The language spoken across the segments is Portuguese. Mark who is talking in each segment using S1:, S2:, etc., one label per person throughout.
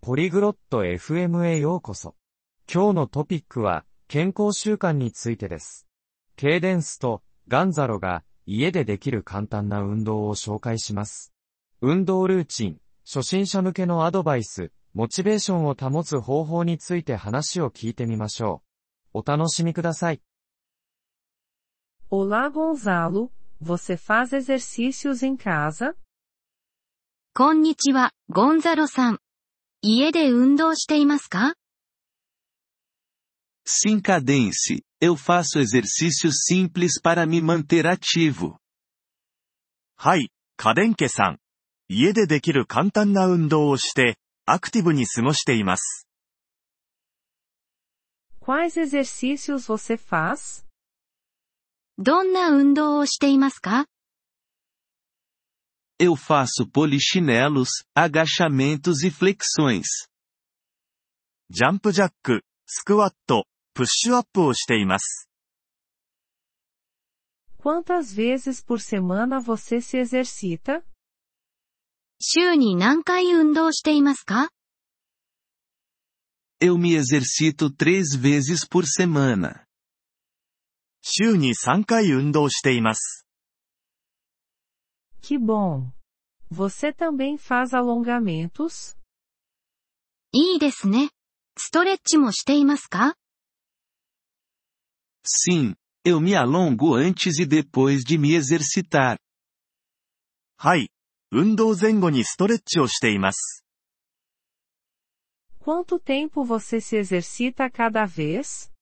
S1: ポリグロット FM へようこそ。今日のトピックは、健康習慣についてです。ケイデンスとガンザロが家でできる簡単な運動を紹介します。運動ルーチン、初心者向けのアドバイス、モチベーションを保つ方法について話を聞いてみましょう。お楽しみください。
S2: Olá, Gonzalo. Você faz exercícios em casa?
S3: こんにちは、ゴンザロさん。家で運動していますか
S4: Sim, Cadence. Eu faço exercícios simples para me manter ativo.
S5: はい、カデンケさん。家でできる簡単な運動をして、アクティブに過ごしています。
S2: Quais exercícios você faz?
S3: どんな運動をしていますか
S4: Eu faço polichinelos, agachamentos e flexões.
S5: ジャンプジャック、スクワット、プッシュアップをしています。
S2: Quantas vezes por semana você se exercita?
S3: 週に何回運動していますか
S4: Eu me exercito três vezes por semana.
S5: 週に3回運動しています。
S2: Que bom! Você também faz alongamentos?
S3: いいですね。ストレッチもしていますか
S4: Sim, eu me alongo antes e depois de me exercitar.
S5: はい。運動前後にストレッチをしています。
S2: Quanto tempo você se exercita cada vez?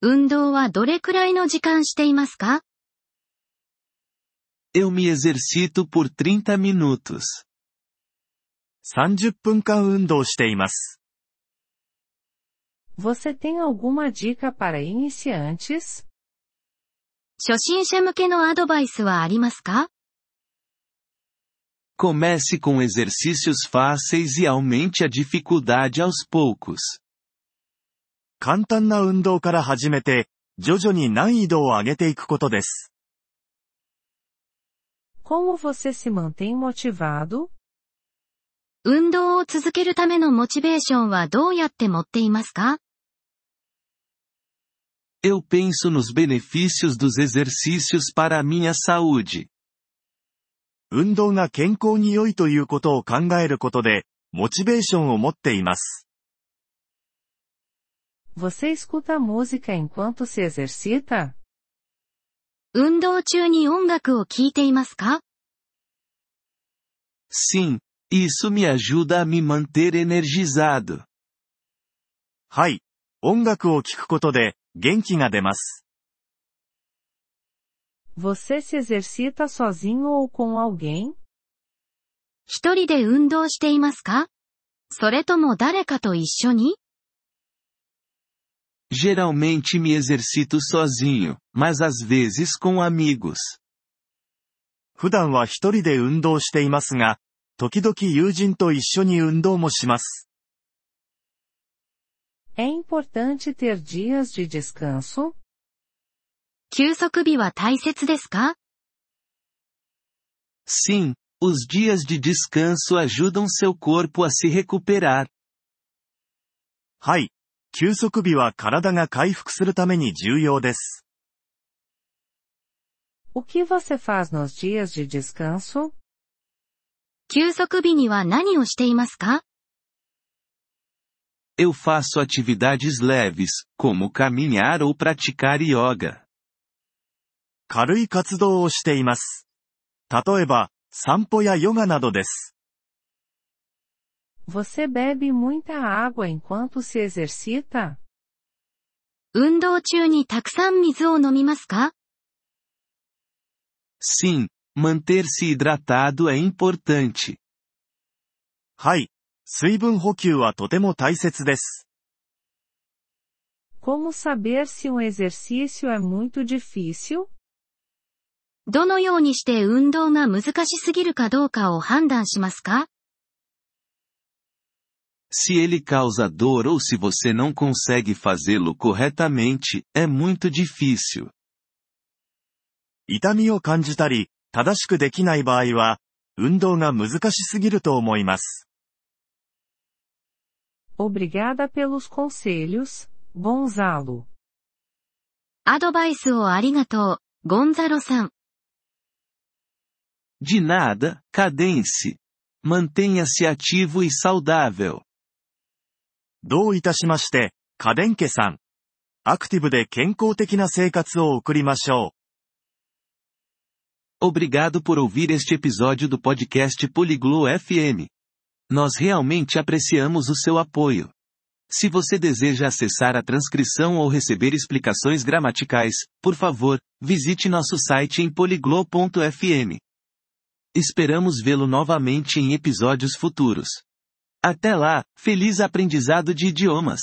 S3: 運動はどれくらいの時間していますか
S4: Eu me exercito por 30 minutos.
S5: 30分間運動しています。
S2: Você tem alguma dica para iniciantes?
S3: 初心者向けのアドバイスはありますか
S4: Comece com exercícios fáceis e aumente a dificuldade aos poucos.
S5: 簡単な運動から始めて、徐々に難易度を上げていくことです。
S2: Como você se mantém motivado?
S3: 運動を続けるためのモチベーションはどうやって持っていますか
S4: Eu penso nos benefícios dos exercícios para a minha saúde.
S5: 運動が健康に良いということを考えることで、モチベーションを持っています。
S2: Você escuta música enquanto se exercita?
S3: 運動中に音楽を聴いていますか
S4: Sim, isso me ajuda a me manter energizado.
S5: はい。音楽を聴くことで元気が出ます。
S2: Você se exercita sozinho ou com alguém?
S3: 一人で運動していますかそれとも誰かと一緒に
S4: Geralmente me exercito sozinho, mas às vezes com amigos.
S5: 普段は一人で運動していますが、時々友人と一緒に運動もします。
S2: É importante ter dias de descanso?
S3: 休息日は大切ですか
S4: Sim, os dias de descanso ajudam seu corpo a se recuperar.
S5: はい、休息日は体が回復するために重要です。
S2: O que você faz nos dias de descanso?
S3: 休息日には何をしていますか
S4: Eu faço atividades leves, como caminhar ou praticar yoga.
S5: 軽い活動をしています。例えば、散歩やヨガなどです。
S2: Você bebe muita água enquanto se exercita?
S3: 運動中にたくさん水を飲みますか
S4: Sim, manter-se hidratado é importante.
S5: はい。水分補給はとても大切です。
S2: Como saber se um exercício é muito difícil?
S3: どのようにして運動が難しすぎるかどうかを判断しますか
S4: Se ele causa dor ou se você não consegue fazê-lo corretamente, é muito difícil.
S5: 痛みを感じたり、正しくできない場合は、運動が難しすぎると思います。
S2: Obrigada pelos conselhos, Gonzalo.
S3: アドバイスをありがとう、ゴンザロさん。
S4: De nada, cadence. Mantenha-se ativo e saudável.
S5: どういたしまして、家電家さん。アクティブで健康的な生活を送りましょ
S4: Obrigado por ouvir este episódio do podcast Poliglo FM. Nós realmente apreciamos o seu apoio. Se você deseja acessar a transcrição ou receber explicações gramaticais, por favor, visite nosso site em poliglo.fm. Esperamos vê-lo novamente em episódios futuros. Até lá, feliz aprendizado de idiomas!